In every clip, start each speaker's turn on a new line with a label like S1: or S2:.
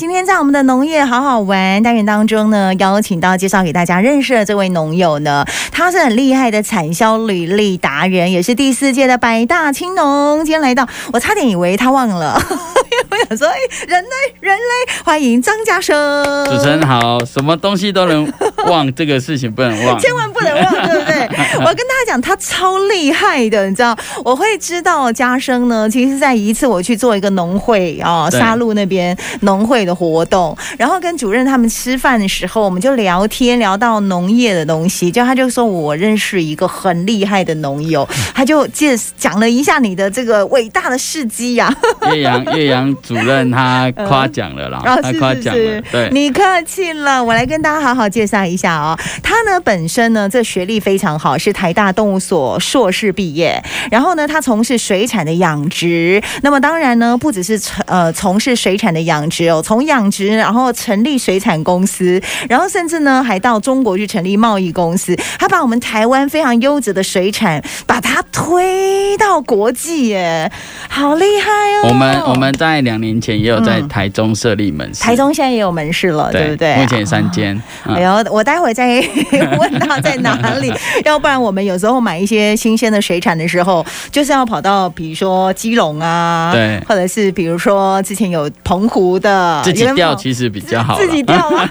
S1: 今天在我们的农业好好玩单元当中呢，邀请到介绍给大家认识的这位农友呢，他是很厉害的产销履历达人，也是第四届的百大青农。今天来到，我差点以为他忘了， 因为我想说，哎，人类，人类，欢迎张家生。
S2: 主持人好，什么东西都能忘，这个事情不能 忘。
S1: 千万不能忘，对不对？我跟大家讲，他超厉害的，你知道，我会知道家生呢。其实，在一次我去做一个农会啊，
S2: 对
S1: 沙鹿那边农会的活动，然后跟主任他们吃饭的时候，我们就聊天聊到农业的东西，就他就说我认识一个很厉害的农友，他就介讲了一下你的这个伟大的事迹呀、
S2: 岳阳岳阳主任他夸奖了啦，
S1: 啊，
S2: 他
S1: 是
S2: 夸
S1: 是
S2: 奖了
S1: 是，，
S2: 对，
S1: 你客气了，我来跟大家好好介绍一下哦。他呢本身呢这学历非常好，是台大动物所硕士毕业，然后呢他从事水产的养殖，那么当然呢不只是从呃从事水产的养殖哦，从养殖然后成立水产公司，然后甚至呢还到中国去成立贸易公司，他把我们台湾非常优质的水产把它推到国际耶，好厉害哦！嗯
S2: 我们我们在两年前也有在台中设立门市，
S1: 台中现在也有门市了，对不对？
S2: 目前三间，
S1: 哎
S2: 嗯，
S1: 呦，我待会再 问他在哪 里，要不然我们有时候买一些新鲜的水产的时候，就是要跑到比如说基隆啊，
S2: 嗯对
S1: 或者是比如说之前有澎湖的，
S2: 自己
S1: 有没有
S2: 钓其实比较好啦。
S1: 自己钓 吗？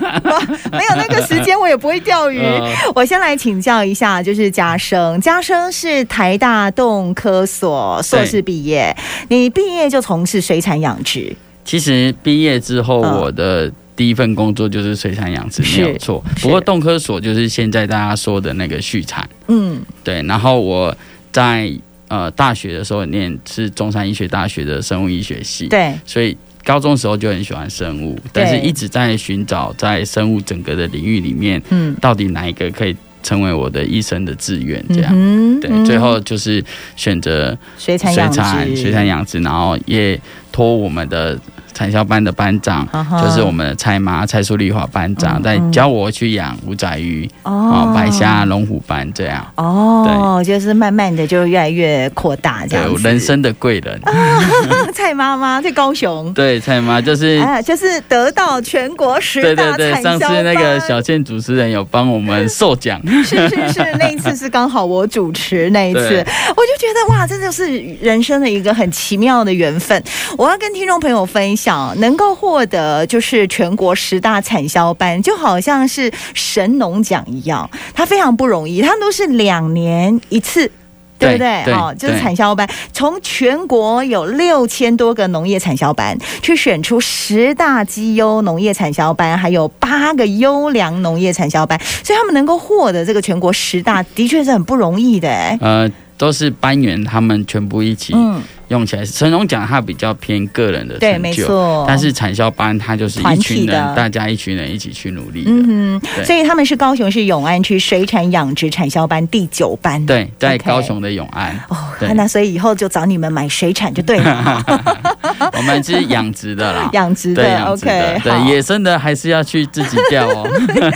S1: 没有那个时间，我也不会钓鱼。
S2: 呃
S1: 我先来请教一下，就是嘉生，嘉生是台大动科所硕士毕业，你毕业就从事水产养殖，
S2: 其实毕业之后，
S1: 嗯
S2: 我的第一份工作就是水产养殖，
S1: 是
S2: 没有错。
S1: 嗯是
S2: 不过动科所就是现在大家说的那个畜产，
S1: 嗯，
S2: 对。然后我在呃大学的时候念是中山医学大学的生物医学系，
S1: 对，
S2: 所以高中时候就很喜欢生物，
S1: 对
S2: 但是一直在寻找在生物整个的领域里面，
S1: 嗯，
S2: 到底哪一个可以成为我的一生的志愿？这样。
S1: 嗯哼嗯
S2: 对，最后就是选择
S1: 水产
S2: 水
S1: 养
S2: 产、
S1: 殖，
S2: 水产养殖，然后也托我们的产销班的班长，
S1: 啊哈
S2: 就是我们的蔡妈蔡淑丽华班长，在教我去养五仔鱼、
S1: 嗯哦
S2: 啊、白虾、龙虎斑这样。
S1: 哦，就是慢慢的就越来越扩大这
S2: 对
S1: 样，子。啊
S2: 人生的贵人，
S1: 蔡妈妈在高雄，
S2: 对蔡 妈就是。
S1: 哎，就是得到全国十
S2: 对对
S1: 大
S2: 对，
S1: 产
S2: 上
S1: 销
S2: 次那个
S1: 班
S2: 小倩主持人有帮我们授奖，
S1: 是是是，那一次是刚好我主持那一次，我
S2: 对
S1: 就觉得哇，这就是人生的一个很奇妙的缘分。我要跟听众朋友分享，能够获得就是全国十大产销班，就好像是神农奖一样，它非常不容易，它都是两年一次。对不对？
S2: 对对
S1: 哦，就是
S2: 对
S1: 产销班，从全国有六千多个农业产销班，去选出十大绩优农业产销班，还有八个优良农业产销班，所以他们能够获得这个全国十大，的确是很不容易的、哎
S2: 呃，都是班员他们全部一起
S1: 嗯，
S2: 用起来。神农奖它比较偏个人的
S1: 对，
S2: 成
S1: 没
S2: 就，
S1: 错。
S2: 但是产销班它就是
S1: 团
S2: 一
S1: 体
S2: 群
S1: 的
S2: 人，大家一群人一起去努力的。
S1: 嗯
S2: 对
S1: 哼，所以他们是高雄市永安区水产养殖产销班第九班。。
S2: 对，在
S1: OK
S2: 高雄的永安，
S1: 哦，
S2: 对
S1: 那所以以后就找你们买水产就对了，。
S2: 我们是养殖的啦
S1: 哦 养殖
S2: 对，
S1: 的
S2: 养殖的
S1: ，OK，，好
S2: 对，野生的还是要去自己钓 哦。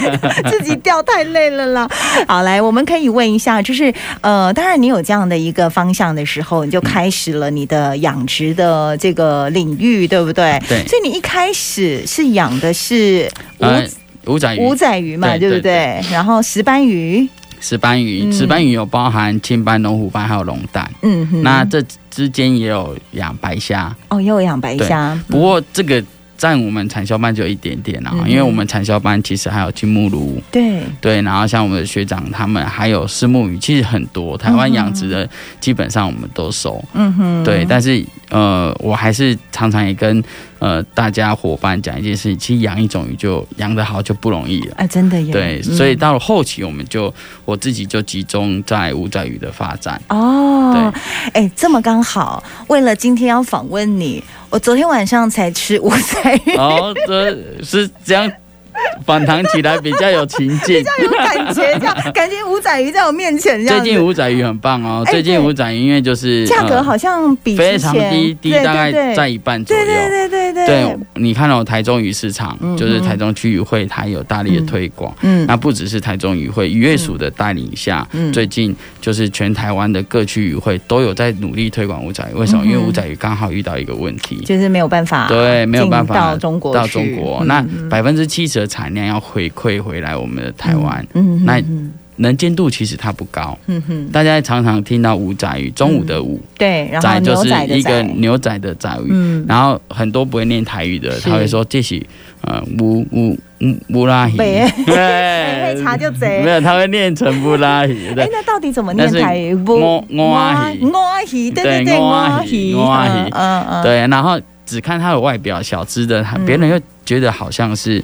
S1: 自己钓太累了啦。好，来，我们可以问一下，就是呃，当然你有这样的一个方向的时候，你就开始了你的养殖的这个领域，对不对？
S2: 对
S1: 所以你一开始是养的是五、
S2: 呃，五仔鱼
S1: 五、仔鱼嘛，对
S2: 对
S1: 不对？然后石斑鱼，
S2: 石斑鱼，
S1: 嗯
S2: 石斑鱼有包含青斑、龙虎斑还有龙蛋，
S1: 嗯哼，
S2: 那这之间也有养白虾，
S1: 哦又养白虾，
S2: 不过这个。占我们产销班就一点点啦、
S1: 嗯
S2: 因为我们产销班其实还有金目鲈，
S1: 对，
S2: 对，然后像我们的学长他们还有石目鱼，其实很多台湾养殖的基本上我们都收。
S1: 嗯哼，
S2: 对，但是呃，我还是常常也跟呃大家伙伴讲一件事情，其实养一种鱼就养得好就不容易了。
S1: 啊，真的耶，
S2: 对，
S1: 嗯
S2: 所以到了后期，我们就我自己就集中在五仔鱼的发 展。
S1: 哦
S2: 对，，
S1: 哎，这么刚好，为了今天要访问你，我昨天晚上才吃五仔鱼，
S2: 哦然后这是这样 访谈起来比较有情境。
S1: 有感觉，这 样感觉五仔鱼在我面前这
S2: 最
S1: 样
S2: 近
S1: 子。
S2: 五仔鱼很棒哦，
S1: 哎
S2: 最近五仔鱼因为就是
S1: 价格
S2: 呃
S1: 好像比
S2: 非
S1: 之
S2: 常
S1: 前
S2: 低，低
S1: 对
S2: 大概
S1: 对
S2: 在
S1: 对
S2: 一半左右。
S1: 对对对对
S2: 对，你看到台中鱼市场
S1: 嗯，
S2: 就是台中区渔会，它有大力的推广。
S1: 嗯
S2: 那不只是台中渔会，渔业署的带领下，
S1: 嗯
S2: 最近就是全台湾的各区渔会都有在努力推广五仔鱼。为什么？
S1: 嗯哼
S2: 因为五仔鱼刚好遇到一个问题，
S1: 就是没有办法，
S2: 对，没有办法
S1: 到中国
S2: 到
S1: 去
S2: 中国。
S1: 嗯
S2: 那
S1: 嗯
S2: 百分之七十的产量要回馈回来我们的台湾，
S1: 嗯，
S2: 那
S1: 嗯
S2: 能见度其实它不高。
S1: 嗯哼，
S2: 大家常常听到五仔鱼，中午的午，
S1: 对，嗯然后
S2: 仔就
S1: 牛
S2: 是
S1: 仔的
S2: 一个
S1: 仔，
S2: 牛仔的仔鱼。
S1: 嗯，
S2: 然后很多不会念台语的，
S1: 是
S2: 他会说这是呃乌乌乌乌拉鱼，
S1: 北
S2: 对
S1: 会查就贼
S2: 呃没有，他会念成乌拉 鱼
S1: 哎啊
S2: 对，，啊
S1: 那到底怎么
S2: 那
S1: 念
S2: 是
S1: 台语？
S2: 我我阿姨
S1: 我阿姨，对对
S2: 对
S1: 对，
S2: 我
S1: 我
S2: 阿
S1: 阿
S2: 姨
S1: 姨，
S2: 我阿姨
S1: 嗯嗯嗯，
S2: 对，然后只看它的外表小只的，它
S1: 嗯
S2: 别人又觉得好像是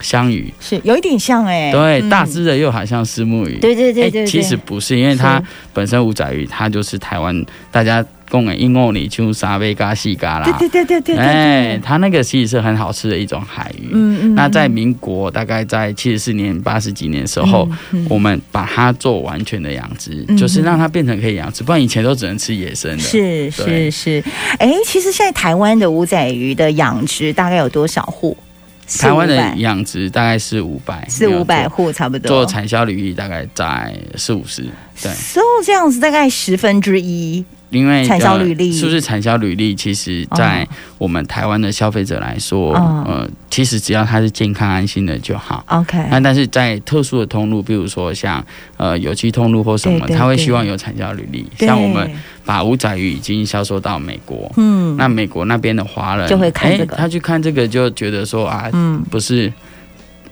S2: 香鱼，
S1: 是有一点像哎，
S2: 对，
S1: 嗯
S2: 大只的又好像是木鱼，
S1: 对对
S2: 哎
S1: 对对，
S2: 其
S1: 对
S2: 实不是，因为它
S1: 是
S2: 本身五仔鱼，它就是台湾大家供给英欧里就沙贝嘎西嘎啦，
S1: 对对对对对对，
S2: 哎，
S1: 对，
S2: 它那个其实是很好吃的一种海鱼，
S1: 嗯嗯，
S2: 那在
S1: 嗯
S2: 民国大概在七十四年、八十几年的时候，，
S1: 嗯嗯
S2: 我们把它做完全的养殖，
S1: 嗯
S2: 就是让它变成可以养殖，不然以前都只能吃野生的。
S1: 是是
S2: 对
S1: 是，哎，其实现在台湾的五仔鱼的养殖大概有多少户？
S2: 台湾
S1: 四五
S2: 的
S1: 百
S2: 养殖大概是五百，
S1: 四五百户差不多，
S2: 做产销履历大概在四五十，对，
S1: 所以这样子大概十分之一，
S2: 因为呃
S1: 产销履历
S2: 是不是产销履历？其实，在我们台湾的消费者来说，
S1: 哦
S2: 呃，其实只要它是健康安心的就好。
S1: OK，
S2: 那但是在特殊的通路，比如说像呃有机通路或什么，
S1: 对对
S2: 他会
S1: 对
S2: 希望有产销履历。
S1: 对
S2: 像我们，把五仔鱼已经销售到美国，
S1: 嗯，
S2: 那美国那边的华人
S1: 就会看这个
S2: 诶他去看这个就觉得说啊，
S1: 嗯
S2: 不是，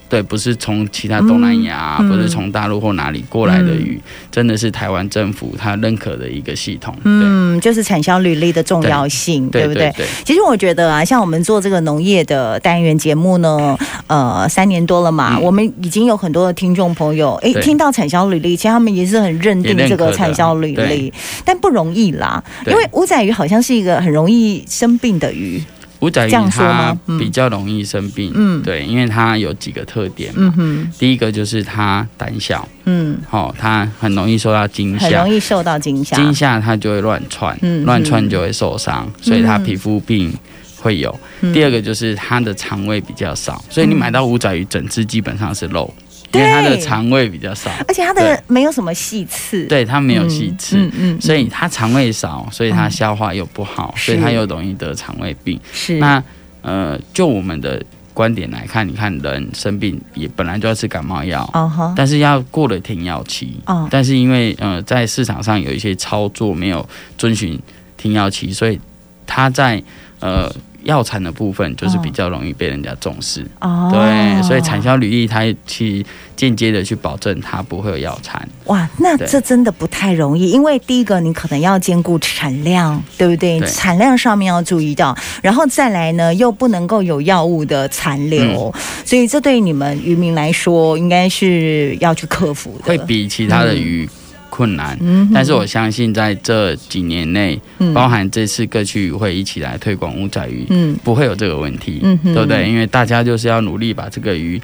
S2: 对，不是从其他东南亚啊，
S1: 嗯嗯嗯
S2: 不是从大陆或哪里过来的鱼，真的是台湾政府他认可的一个系统，对。
S1: 嗯，就是产销履历的重要性，对不
S2: 对
S1: 对？
S2: 对，
S1: 其实我觉得啊，像我们做这个农业的单元节目呢，呃，三年多了嘛，
S2: 嗯
S1: 我们已经有很多的听众朋友，诶，
S2: 对
S1: 听到产销履历，其实他们也是很认定
S2: 也认
S1: 这
S2: 可
S1: 个
S2: 的
S1: 产销履历
S2: 对，
S1: 但不容易啦，因
S2: 对
S1: 为五仔鱼好像是一个很容易生病的鱼，
S2: 五仔鱼
S1: 这样说
S2: 它
S1: 吗嗯
S2: 比较容易生病，
S1: 嗯
S2: 对，因为它有几个特点嘛。
S1: 嗯哼，
S2: 第一个就是它胆小，
S1: 嗯，
S2: 哦，它很容易受到惊
S1: 很
S2: 吓
S1: 容，易受到惊吓，
S2: 惊吓它就会乱窜
S1: 嗯，
S2: 乱窜就会受伤，所以它皮肤病会有。
S1: 嗯
S2: 第二个就是它的肠胃比较少，所以你买到五爪鱼整只基本上是肉，因为它的
S1: 对
S2: 肠胃比较少，
S1: 而且它的没有什么细刺，，
S2: 对它没有细刺。
S1: 嗯
S2: 所以它肠胃少，所以它消化又不好，
S1: 是
S2: 所以它又容易得肠胃病。
S1: 是
S2: 那呃，就我们的观点来看，你看人生病也本来就要吃感冒药，
S1: 哦哈，
S2: 但是要过了停药期，
S1: 哦
S2: 但是因为呃在市场上有一些操作没有遵循停药期，所以它在呃药产的部分就是比较容易被人家重视，
S1: 哦，
S2: 对，所以产销履历它去间接的去保证它不会有药残，
S1: 哇，那
S2: 对
S1: 这真的不太容易，因为第一个你可能要兼顾产量，对不对？
S2: 对
S1: 产量上面要注意到，然后再来呢，又不能够有药物的残留，
S2: 嗯
S1: 所以这对你们渔民来说，应该是要去克服的。
S2: 会比其他的鱼困难。
S1: 嗯哼，
S2: 但是我相信，在这几年内，
S1: 嗯
S2: 包含这次各区会一起来推广五仔鱼，
S1: 嗯
S2: 不会有这个问题。
S1: 嗯哼
S2: 对不对？因为大家就是要努力把这个鱼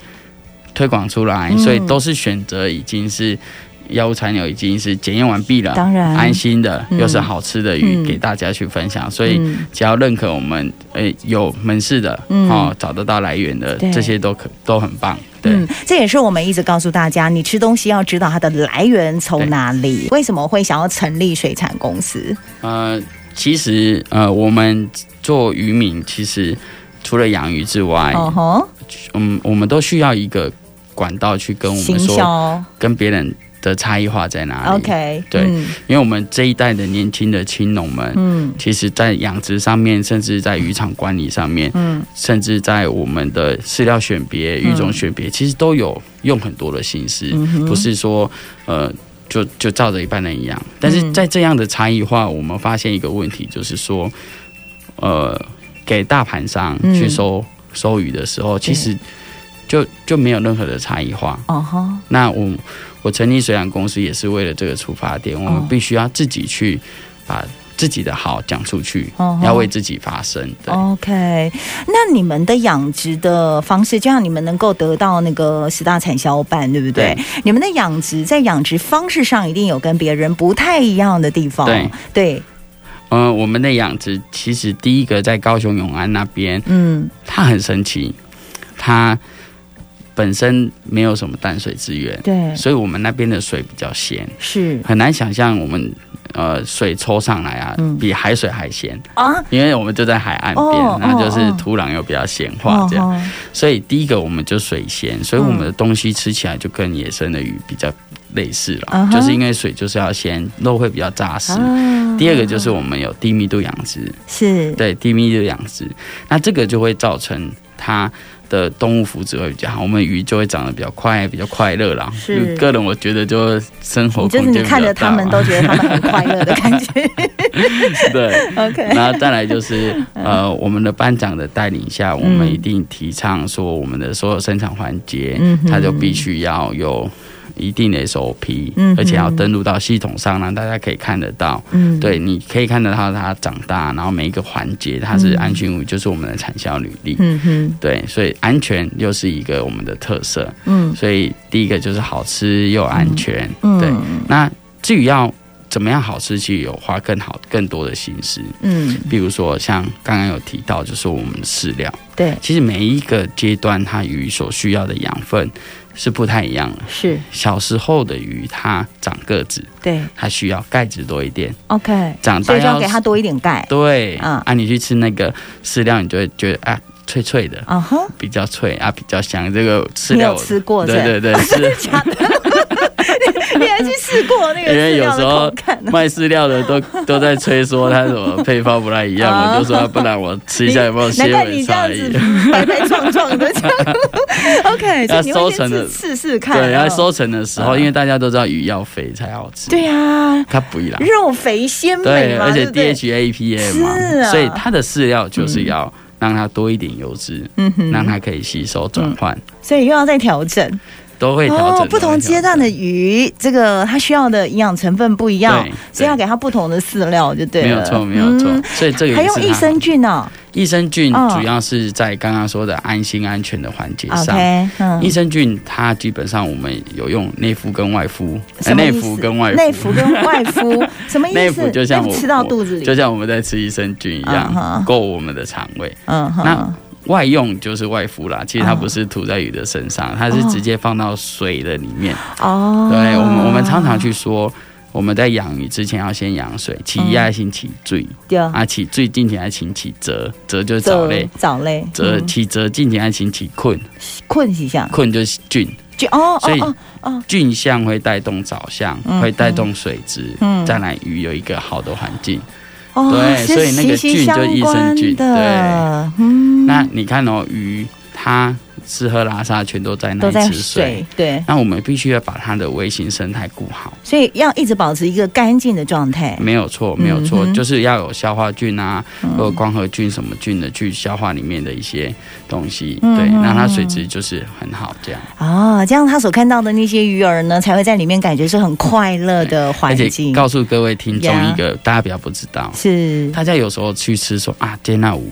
S2: 推广出来，
S1: 嗯
S2: 所以都是选择已经是药物残留已经是检验完毕了，
S1: 当然
S2: 安心的
S1: 嗯
S2: 又是好吃的鱼、
S1: 嗯
S2: 给大家去分享，所以。
S1: 嗯
S2: 只要认可我们，诶、有门市的，
S1: 嗯
S2: 哦，找得到来源的，
S1: 对
S2: 这些都可都很棒，对。
S1: 嗯，这也是我们一直告诉大家，你吃东西要知道它的来源从哪里。为什么会想要成立水产公司？
S2: 呃，其实呃，我们做渔民，其实除了养鱼之外，
S1: 哦吼，
S2: 嗯，我们都需要一个管道去跟我
S1: 行
S2: 们说，
S1: 销
S2: 跟别人的差异化在哪里。
S1: ，OK，
S2: 对
S1: 嗯
S2: 因为我们这一代的年轻的青农们，
S1: 嗯
S2: 其实在养殖上面，甚至在渔场管理上面，
S1: 嗯，
S2: 甚至在我们的饲料选别、
S1: 嗯
S2: 鱼种选别，其实都有用很多的心思，
S1: 嗯哼
S2: 不是说呃。就就照着一般人一样，但是
S1: 嗯
S2: 在这样的差异化，我们发现一个问题，就是说，呃，给大盘商
S1: 嗯
S2: 去收、收鱼的时候，其实就就没有任何的差异化。
S1: 哦吼。
S2: 那我我成立水养公司也是为了这个出发点，我
S1: 哦
S2: 们必须要自己去把自己的好讲出去，
S1: 哦吼
S2: 要为自己发声。对，
S1: OK，那你们的养殖的方式，就像你们能够得到那个十大产销办，对不对？你们的养殖在养殖方式上一定有跟别人不太一样的地方。
S2: 对
S1: 对，
S2: 嗯、我们的养殖其实第一个在高雄永安那边，
S1: 嗯
S2: 它很神奇，它本身没有什么淡水资源，
S1: 对，
S2: 所以我们那边的水比较咸，
S1: 是
S2: 很难想象我们呃水抽上来啊，
S1: 嗯
S2: 比海水还咸，
S1: 啊，
S2: 因为我们就在海岸边，
S1: 哦
S2: 然后就
S1: 哦
S2: 是
S1: 哦
S2: 土壤又比较咸化这样，
S1: 哦
S2: 所以第一个我们就水咸，所以
S1: 嗯
S2: 我们的东西吃起来就跟野生的鱼比较类似了，
S1: 啊哈
S2: 就是因为水就是要咸，肉会比较扎实。
S1: 啊
S2: 第二个就是我们有低密度养殖，
S1: 是
S2: 对低密度养殖，那这个就会造成它的动物福祉会比较好，我们鱼就会长得比较快，比较快乐啦。
S1: 是
S2: 个人我觉得就生活
S1: 你
S2: 空
S1: 就
S2: 间
S1: 是
S2: 比
S1: 你
S2: 较大
S1: 看着他们
S2: 嘛
S1: 都觉得他们很快乐的感觉。
S2: 对。
S1: OK，
S2: 然后再来就是，呃，我们的班长的带领下，我们
S1: 嗯
S2: 一定提倡说，我们的所有生产环节，
S1: 嗯哼
S2: 它就必须要有一定的 SOP，、
S1: 嗯哼
S2: 而且要登录到系统上，让大家可以看得到。
S1: 嗯，
S2: 对，你可以看得到它长大，然后每一个环节它是安全物，就是我们的产销履历。
S1: 嗯哼，
S2: 对，所以安全又是一个我们的特色。
S1: 嗯
S2: 所以第一个就是好吃又安全。
S1: 嗯，
S2: 对，那至于要怎么样好吃，其实有花更好、更多的心思。
S1: 嗯，
S2: 比如说像刚刚有提到，就是我们的饲料，
S1: 对，
S2: 其实每一个阶段它鱼所需要的养分是不太一样的。
S1: 是
S2: 小时候的鱼它长个子，
S1: 对
S2: 它需要钙质多一点；
S1: ，OK，
S2: 长
S1: 所
S2: 大
S1: 以就要
S2: 要
S1: 给它多一点钙。
S2: 对，
S1: 嗯
S2: 啊，你去吃那个饲料，你就会觉得啊，脆脆的，
S1: 啊哈，
S2: 比较脆啊，比较香。这个饲
S1: 你
S2: 料
S1: 有吃过是不
S2: 对
S1: 是
S2: 对对， 是
S1: 假的。你还去试过那个
S2: 因为
S1: 饲
S2: 有
S1: 料
S2: 时
S1: 的
S2: 候
S1: 口感啊呢？
S2: 卖饲料的都都在吹说它什么配方不太一样，
S1: 啊
S2: 我就说不然我吃一下有没有
S1: 难
S2: 纤
S1: 怪你
S2: 维
S1: 这样
S2: 差
S1: 子
S2: 异。
S1: 白白壮壮的这样。OK，所以你会
S2: 收成
S1: 先
S2: 的
S1: 试试看。
S2: 对，要
S1: 嗯
S2: 收成的时候，
S1: 嗯
S2: 因为大家都知道鱼要肥才好吃，
S1: 对呀，
S2: 它不一样。
S1: 肉肥鲜美
S2: 对，
S1: 嘛，
S2: 而且
S1: 对不对
S2: DHA、EPA 嘛
S1: 是啊，
S2: 所以它的饲料就是要让它多一点油脂，
S1: 嗯哼，
S2: 让它可以吸收转换，
S1: 所以又要再调整哦
S2: 都会调整。
S1: 不同阶段的鱼，这个它需要的营养成分不一样
S2: 对，
S1: 所以要
S2: 对
S1: 给它不同的饲料就对
S2: 没
S1: 了。
S2: 有错，没有错
S1: 嗯。
S2: 所以这个
S1: 还
S2: 也
S1: 用
S2: 是
S1: 益
S2: 它
S1: 生菌哦呢
S2: 益生菌
S1: 嗯
S2: 主要是在刚刚说的安心安全的环节上。
S1: ，OK，嗯
S2: 益，生菌它基本上我们有用内服跟外敷，
S1: 什么
S2: 内
S1: 意思
S2: 服跟外
S1: 内服
S2: 敷，
S1: 跟外敷什么意思？
S2: 内服就像我
S1: 吃到肚子里，
S2: 就像我们在吃益生菌一
S1: 嗯哼
S2: 样，够我们的肠胃。
S1: 嗯哼，
S2: 那外用就是外敷啦，其实它
S1: 哦
S2: 不是涂在鱼的身上，它是直接放到水的里面。
S1: 哦，
S2: 对我们，我们常常去说，我们在养鱼之前要先养水，起一爱先起醉、
S1: 对
S2: 啊，起醉进前爱请起折，折就是
S1: 这
S2: 藻类，
S1: 藻类，
S2: 折
S1: 嗯
S2: 起折进前爱请起困，
S1: 困一下，
S2: 困就是菌，
S1: 就哦
S2: 所以
S1: 哦
S2: 菌相会带动藻相，
S1: 嗯
S2: 会带动水质，
S1: 嗯
S2: 再来鱼有一个好的环境。
S1: 哦哦，
S2: 对
S1: 是
S2: 所以那个
S1: 息息
S2: 菌就
S1: 相
S2: 益生
S1: 关
S2: 菌
S1: 的，嗯，
S2: 那你看哦，鱼它吃喝拉撒全都在那
S1: 都
S2: 里
S1: 在
S2: 吃水。
S1: 水，对，
S2: 那我们必须要把它的微型生态顾好，
S1: 所以要一直保持一个干净的状态，
S2: 没有错，没有错，
S1: 嗯哼
S2: 就是要有消化菌啊，
S1: 嗯
S2: 或者光合菌什么菌的去消化里面的一些东西，
S1: 嗯
S2: 对，
S1: 嗯
S2: 那它水质就是很好这样。
S1: 哦，这样他所看到的那些鱼儿呢，才会在里面感觉是很快乐的环
S2: 而且
S1: 境，
S2: 告诉各位听众
S1: 呀
S2: 一个大家比较不知道，
S1: 是
S2: 大家有时候去吃说啊，接纳五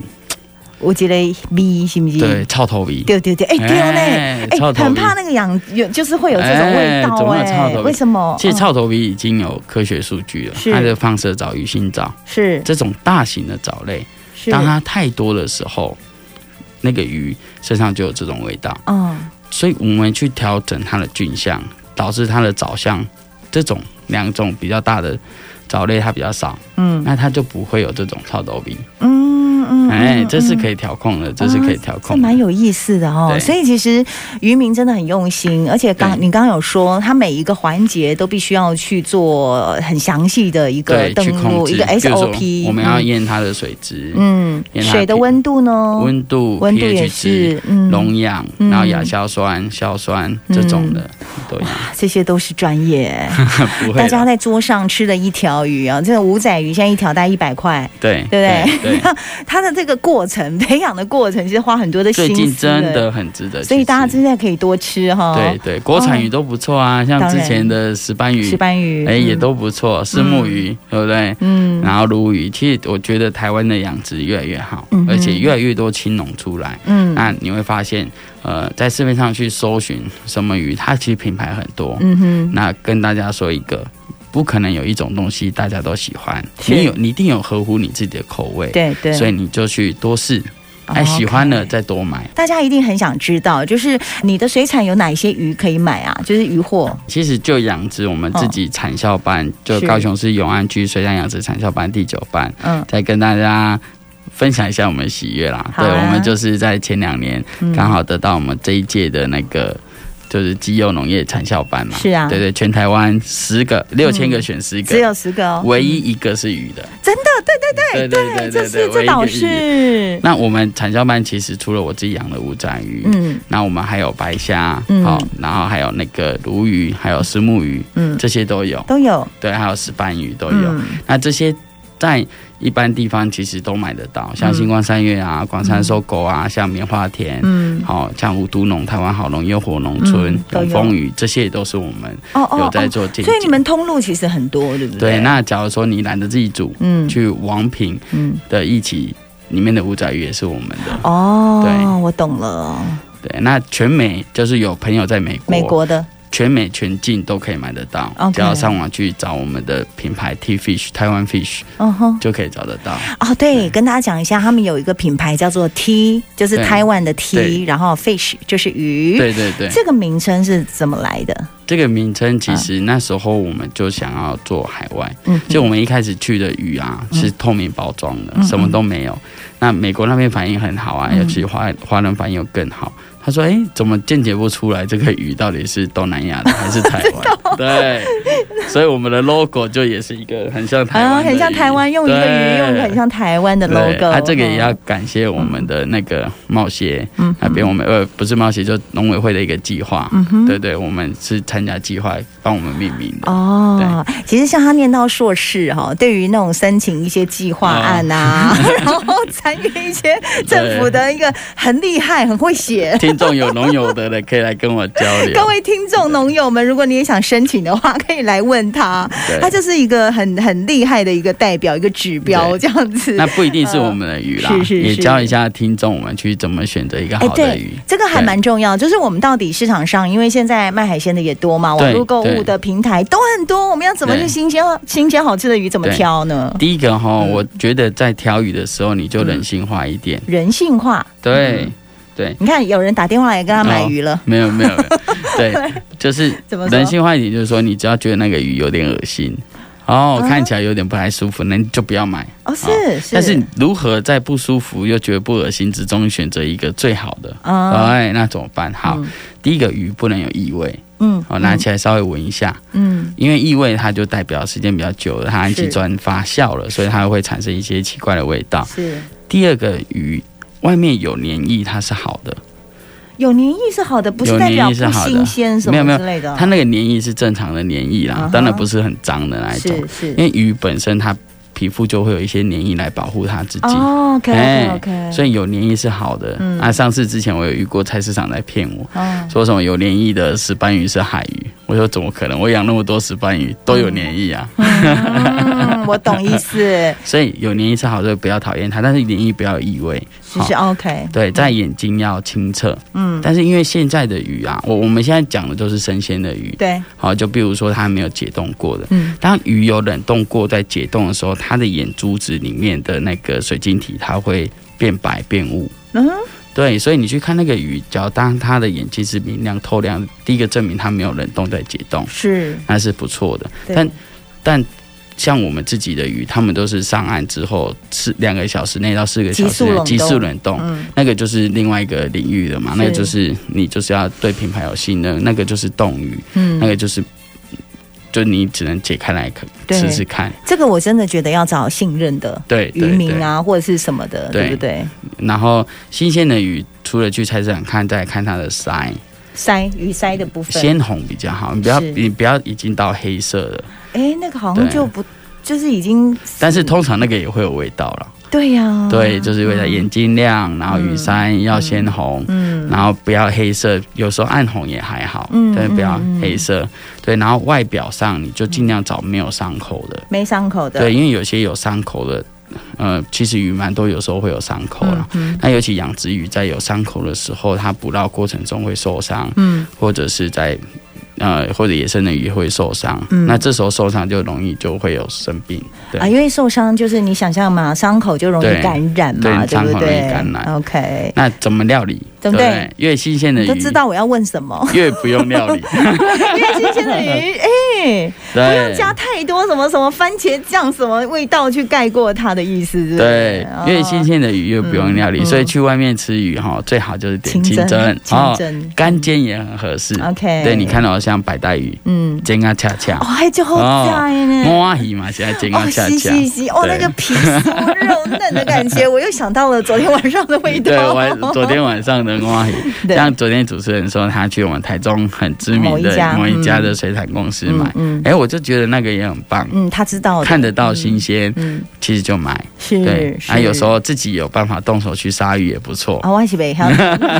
S1: 我觉得咪是不是？
S2: 对，臭头皮，
S1: 对对对，哎、对哦嘞。
S2: 哎
S1: 哎、
S2: 臭头
S1: 很
S2: 皮。
S1: 怕那个养有就是会有这种味道
S2: 哎怎么
S1: 哎、
S2: 有臭头皮
S1: 为什么？
S2: 其实
S1: 哦
S2: 臭头皮已经有科学数据了，
S1: 是
S2: 它的放射藻、鱼腥藻
S1: 是
S2: 这种大型的藻类，
S1: 是
S2: 当它太多的时候，那个鱼身上就有这种味道。
S1: 嗯
S2: 所以我们去调整它的菌相，导致它的藻相这种两种比较大的藻类它比较少，
S1: 嗯
S2: 那它就不会有这种臭头皮。
S1: 嗯嗯，
S2: 哎，
S1: 嗯
S2: 这是
S1: 嗯
S2: 可以调控的，这是可以调
S1: 这
S2: 控
S1: 蛮
S2: 的。
S1: 有意思的哦，
S2: 对
S1: 所以其实渔民真的很用心，而且刚
S2: 对
S1: 你刚刚有说，他每一个环节都必须要去做很详细的一个
S2: 对，
S1: 登
S2: 去控
S1: 录，
S2: 制。
S1: 一个
S2: 比如说
S1: SOP，
S2: 我们要
S1: 嗯
S2: 验它的水质、
S1: 嗯，
S2: 沿海
S1: 水的
S2: 平
S1: 温度呢？
S2: 温度、
S1: 温度也
S2: pH 值、
S1: 是，嗯，
S2: 溶氧，
S1: 嗯
S2: 然后亚硝酸、硝酸这种的都一样，
S1: 这些都是专业。
S2: 不 会
S1: 大家
S2: 的。
S1: 在桌上吃了一条鱼啊，这个五仔鱼现在一条大概一百块，
S2: 对
S1: 对不
S2: 对，
S1: 它它的这个过程 培养的过程，其实花很多的心
S2: 最
S1: 思。
S2: 近真的很值得去吃，
S1: 所以大家真的可以多吃哈。
S2: 对，对，国产鱼都不错啊，像
S1: 哦当然
S2: 之前的石斑鱼
S1: 石，斑鱼，
S2: 哎、也
S1: 嗯
S2: 都不错，石目鱼、对不对？
S1: 嗯
S2: 然后鲈鱼，其实我觉得台湾的养殖越来越好，
S1: 嗯哼
S2: 而且越来越多青农出来。
S1: 嗯
S2: 那你会发现，呃，在市面上去搜寻什么鱼，它其实品牌很多。
S1: 嗯哼，
S2: 那跟大家说一个，不可能有一种东西大家都喜欢，
S1: 是
S2: 你有你一定有合乎你自己的口味，
S1: 对对，哦
S2: 所以你就去多试，哎，喜欢了。再多买。
S1: 大家一定很想知道，就是你的水产有哪些鱼可以买啊？就是鱼货，
S2: 其实就养殖，我们自己
S1: 哦
S2: 产校班，就是高雄市永安区水产养殖产校班第九班，
S1: 嗯，
S2: 再跟大家分享一下我们的喜悦啦。
S1: 好啊
S2: 对，我们就是在前两年
S1: 嗯
S2: 刚好得到我们这一届的那个就是基幼农业产校班嘛。
S1: 是啊，嗯
S2: 对对，全台湾十个六千个选十
S1: 只
S2: 个，
S1: 有十个哦，
S2: 唯一一个是鱼的。
S1: 真的，
S2: 对对对
S1: 嗯这
S2: 对对，
S1: 是
S2: 唯
S1: 这
S2: 一一
S1: 倒
S2: 个鱼。
S1: 是，
S2: 那我们产销班其实除了我自己养的五仔鱼，
S1: 嗯
S2: 那我们还有白虾，好、
S1: 嗯
S2: 然后还有那个鲈鱼，还有石目鱼，
S1: 嗯，
S2: 这些都有。
S1: 都有，
S2: 对，还有石斑鱼哦都有。
S1: 嗯
S2: 那啊这些在一般地方其实都买得到，像
S1: 嗯
S2: 星光三月啊、广山收购啊，像棉花田。
S1: 嗯，
S2: 好、像无都农、台湾好农、又火农村
S1: 嗯、都有
S2: 永丰鱼，这些也都是我们
S1: 哦哦，
S2: 有
S1: 哦
S2: 在做进
S1: 所以你
S2: 阶。
S1: 们通路其实很多，对不对？
S2: 对，那假如说你懒得自己煮，
S1: 嗯
S2: 去王品
S1: 嗯。
S2: 的一起里面的五仔鱼也是我们的。
S1: 哦，
S2: 对
S1: 我懂了，哦
S2: 对，那全美就是有朋友在美国，
S1: 美国的
S2: 全美全境都可以买得到
S1: OK
S2: 只要上网去找我们的品牌 T Fish 台湾 Fish
S1: 嗯哼，
S2: 就可以找得到。
S1: 哦，对，跟大家讲一下，他们有一个品牌叫做 T，就是
S2: 对
S1: 台湾的
S2: 对
S1: T，然后 fish 就是鱼，
S2: 对对对，
S1: 这个名称是怎么来的？
S2: 这个名称其实那时候我们就想要做海外，
S1: 嗯，
S2: 就我们一开始去的鱼啊是透明包装的，
S1: 嗯
S2: 什么都没有。那美国那边反应很好啊，
S1: 嗯
S2: 尤其华华人反应又更好。他说：“哎、怎么鉴别不出来这个鱼到底是东南亚的还是台 湾？”对，所以我们的 logo 就也是一个很像台湾、
S1: 啊，很像台湾用一个鱼，用一个很像台湾的
S2: 对
S1: logo。
S2: 啊，这个也要感谢我们的那个冒险。
S1: 嗯
S2: 那边我们呃不是冒险，就农委会的一个计划，
S1: 嗯哼
S2: 对对，我们是参加计划帮我们命名的。
S1: 哦， 其实像他念到硕士哈，对于那种申请一些计划案啊， 然后参与一些政府的一个很厉害，很会写。
S2: 听众有农友的的可以来跟我交 流。
S1: 各位听众、农友们，如果你也想申请的话，可以来问他，
S2: 对，
S1: 他就是一个很很厉害的一个代表，一个指标这样子。
S2: 那不一定是我们的鱼啦，
S1: 呃是是是
S2: 也教一下听众我们去怎么选择一个
S1: 哎，
S2: 好的
S1: 对
S2: 鱼。，
S1: 这个还蛮重要。就是我们到底市场上，因为现在卖海鲜的也多嘛，
S2: 对
S1: 网络购物的平台都很多，我们要怎么去
S2: 对
S1: 新鲜新鲜好吃的鱼怎么挑呢？
S2: 第一个哈，
S1: 嗯
S2: 我觉得在挑鱼的时候你就人性化一点，
S1: 人性化，嗯
S2: 对对，
S1: 你看有人打电话来跟他买鱼了，
S2: 没有 没有，没有对，就是
S1: 怎么说
S2: 人？性化一点，就是说你只要觉得那个鱼有点恶心，哦，
S1: 啊
S2: 看起来有点不太舒服，那你就不要买。
S1: 哦，是是，
S2: 但是如何在不舒服又觉得不恶心之中选择一个最好的？
S1: 啊，
S2: 哎，那怎么办？好，
S1: 嗯
S2: 第一个鱼不能有异味，
S1: 嗯
S2: 哦，拿起来稍微闻一下，
S1: 嗯
S2: 因为异味它就代表时间比较久了，它氨基
S1: 是
S2: 酸发酵了，所以它会产生一些奇怪的味道。
S1: 是
S2: 第二个鱼外面有黏液，它是好的，
S1: 有黏液是好的，不是代表不新鲜什
S2: 没有没
S1: 么
S2: 有
S1: 之类的
S2: 它。那个黏液是正常的黏液
S1: 嗯
S2: 啦
S1: 哼，
S2: 当然不是很脏的那一种，
S1: 是是
S2: 因为鱼本身它皮肤就会有一些黏液来保护它自己。
S1: 哦，OK OK
S2: 哎
S1: OK，
S2: 所以有黏液是好的。
S1: 嗯
S2: 啊，上次之前我有遇过菜市场来骗我，
S1: 哦
S2: 说什么有黏液的石斑鱼是海鱼，我说怎么可能？我养那么多石斑鱼都有黏液啊，
S1: 嗯，我懂意 思，
S2: 所以有黏液是好的，不要讨厌它，但是黏液不要有异味。
S1: 就是 OK，
S2: 对，在眼睛要清澈。
S1: 嗯，
S2: 但是因为现在的鱼啊，我我们现在讲的都是生鲜的鱼，
S1: 对，
S2: 好，就比如说它没有解冻过的。
S1: 嗯
S2: 当鱼有冷冻过，在解冻的时候，它的眼珠子里面的那个水晶体，它会变白变雾。
S1: 嗯。
S2: 对，所以你去看那个鱼，只要当它的眼睛是明亮透亮，第一个证明它没有冷冻在解冻，
S1: 是，
S2: 那是不错的。
S1: 对
S2: 但但像我们自己的鱼，它们都是上岸之后四两个小时内到四个小
S1: 急速
S2: 时
S1: 冷
S2: 内
S1: 冻
S2: 急速冷冻。
S1: 嗯
S2: 那个就是另外一个领域了嘛，
S1: 是
S2: 那个就是你就是要对品牌有信任，那个就是冻鱼，那
S1: 嗯，
S2: 个就是就你只能解开来看
S1: 对
S2: 试试看，
S1: 这个我真的觉得要找信任的
S2: 对
S1: 渔
S2: 对
S1: 民
S2: 对。
S1: 啊，或者是什么的，对
S2: 对
S1: 不对？
S2: 然后新鲜的鱼，除了去菜市场看，再来看它的鳃，
S1: 鳃鱼鳃的部分，
S2: 鲜红比较好，你不要
S1: 是
S2: 你不要已经到黑色了，
S1: 哎，那个好像
S2: 对
S1: 就不就是已经，
S2: 但是通常那个也会有味道了。
S1: 对呀、
S2: 对，就是为了眼睛亮，然后雨伞要先红，
S1: 嗯
S2: 然后不要黑色，有时候暗红也还好，
S1: 嗯
S2: 但是不要
S1: 嗯嗯
S2: 黑色。对，然后外表上你就尽量找没有伤口的，
S1: 没伤口的，
S2: 对，因为有些有伤口的，呃，其实鱼蛮多，有时候会有啊伤口啦。
S1: 嗯
S2: 那尤其养殖鱼在有伤口的时候，它捕捞过程中会受伤，
S1: 嗯
S2: 或者是在呃或者野生的鱼会受伤，
S1: 嗯
S2: 那这时候受伤就容易就会有生病，对
S1: 啊，因为受伤就是你想象嘛，伤口就容易
S2: 对
S1: 感染嘛，
S2: 对
S1: 对不
S2: 伤口容易
S1: 对
S2: 感染
S1: OK，
S2: 那怎么料理？
S1: 对不
S2: 对
S1: 对
S2: 不？越新鲜的
S1: 你
S2: 鱼
S1: 都知道我要问什 么，
S2: 越不用料 理，
S1: 因为新鲜的鱼，哎、不用
S2: 对。
S1: 加太多什么什么番茄酱什么味道去盖过它的意思，是不是
S2: 对，越新
S1: 哦
S2: 鲜的鱼越不用料理，
S1: 嗯嗯
S2: 所以去外面吃鱼哈，最好就是点清蒸哦
S1: 清蒸
S2: 干煎也很合适。
S1: OK
S2: 对你看到像白带鱼
S1: 嗯，
S2: 煎啊恰恰
S1: 哦，，还就好在呢。
S2: 摸啊鱼嘛，现在煎啊
S1: 哦，
S2: 恰
S1: 是
S2: 恰。
S1: 是是，哦，那
S2: 对
S1: 个皮酥肉嫩的感觉，我又想到了昨天晚上的味道。
S2: 对，我昨天晚上的蛙鱼，
S1: 对
S2: 像昨天主持人说，他去我们台中很知名
S1: 某一家
S2: 的某一家的水产公司买，哎、
S1: 嗯嗯
S2: 我就觉得那个也很棒，
S1: 嗯，他知道的，
S2: 看得到新鲜，
S1: 嗯，
S2: 其实就买。对
S1: 是，是。
S2: 啊，有时候自己有办法动手去杀鱼也不错。
S1: 啊，我是北 漂，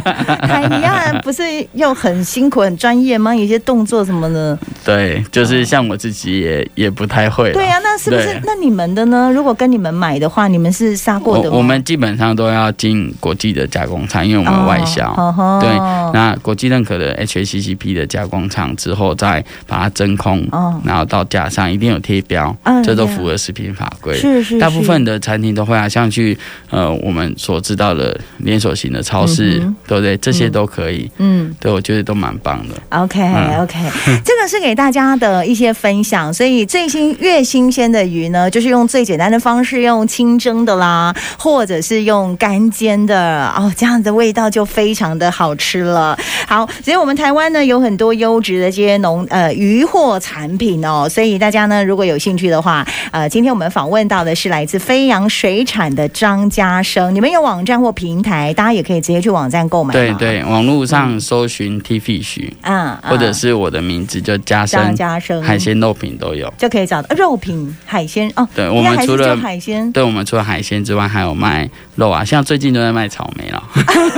S1: 他一样不是又很辛苦、很专业吗？有些动作什么的，
S2: 对，就是像我自己也也不太会啦。
S1: 对呀、啊那是不是
S2: 对？
S1: 那你们的呢？如果跟你们买的话，你们是杀过
S2: 我
S1: 的吗？
S2: 我们基本上都要进国际的加工厂，因为我们外销。
S1: 哦哦
S2: 对，那国际认可的 HACCP 的加工厂之后，再把它真空，
S1: 哦
S2: 然后到架上一定有贴标，
S1: 嗯
S2: 这都符合食品法规。
S1: 是是，
S2: 大部
S1: 是
S2: 分的餐厅都会啊，像去呃我们所知道的连锁型的超市，
S1: 嗯哼
S2: 对不对？这些都可以，
S1: 嗯。
S2: 对我觉得都蛮棒的。
S1: OK
S2: 嗯
S1: OK，、这个是给大家的一些分享，所以最新越新鲜的鱼呢，就是用最简单的方式，用清蒸的啦，或者是用干煎的哦，这样的味道就非常的好吃了。好，所以我们台湾呢有很多优质的这些农呃渔获产品哦，所以大家呢如果有兴趣的话，呃，今天我们访问到的是来自飞扬水产的张家生，你们有网站或平台，大家也可以直接去网站购买
S2: 对
S1: 嘛，
S2: 对，网络上搜寻 T fish，
S1: 嗯，嗯
S2: 或者是我的名字就加
S1: 张
S2: 深
S1: 家生
S2: 海。鲜肉品都有。
S1: 就可以找到呃肉品、海鲜哦。
S2: 对我
S1: 应该
S2: 们
S1: 还是
S2: 除
S1: 就
S2: 了
S1: 海鲜，
S2: 对我们除了海鲜之外，还有卖肉啊，像最近都在卖草莓了，，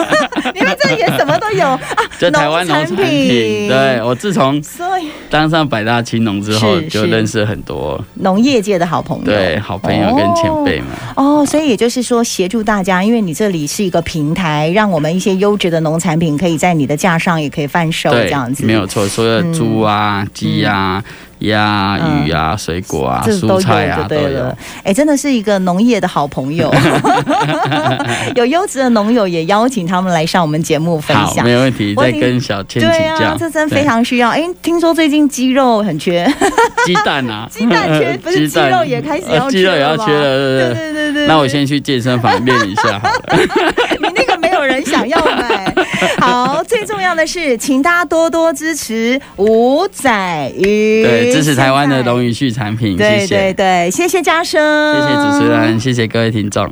S1: 你们这也什么都有啊
S2: 就台湾农产品。对，我自从
S1: 所以
S2: 当上百大青农之后，
S1: 是
S2: 就是认识很多
S1: 农业界的好朋友，
S2: 对好朋友跟前辈们。
S1: 哦，所以也就是说，协助大家，因为你这里是一个平台，让我们一些优质的农产品可以在你的架上也可以贩售，这
S2: 对
S1: 样，子
S2: 没有错。所有的猪啊、鸡啊、鸭啊、
S1: 嗯
S2: 鱼啊、水果啊、
S1: 这都
S2: 蔬
S1: 有
S2: 菜啊
S1: 就
S2: 都
S1: 对
S2: 有
S1: 了。，哎，真的是一个农业的好朋 友， 有优质的农友也邀请他们来上我们节目分
S2: 好，
S1: 享
S2: 没。有问题，
S1: 我
S2: 再
S1: 已经
S2: 跟小千
S1: 对
S2: 请
S1: 啊
S2: 教。，
S1: 这真
S2: 对
S1: 非常需要。哎，听说最近鸡肉很缺，
S2: 鸡蛋啊，
S1: 鸡蛋缺不是
S2: 鸡蛋
S1: 鸡肉也开始要
S2: 呃
S1: 缺
S2: 鸡肉
S1: 了
S2: 也要
S1: 吗
S2: 缺了，对
S1: 对
S2: 不对？
S1: 对对对。
S2: 那我先去健身房练一下好了。
S1: 你那个没有人想要 买。好，最重要的是，请大家多多支持五仔 鱼，
S2: 对，支持台湾的
S1: 现在
S2: 龙宇旭产品，谢
S1: 对对嗯
S2: 谢，
S1: 对，谢谢嘉生，
S2: 谢谢主持人，谢谢各位听众。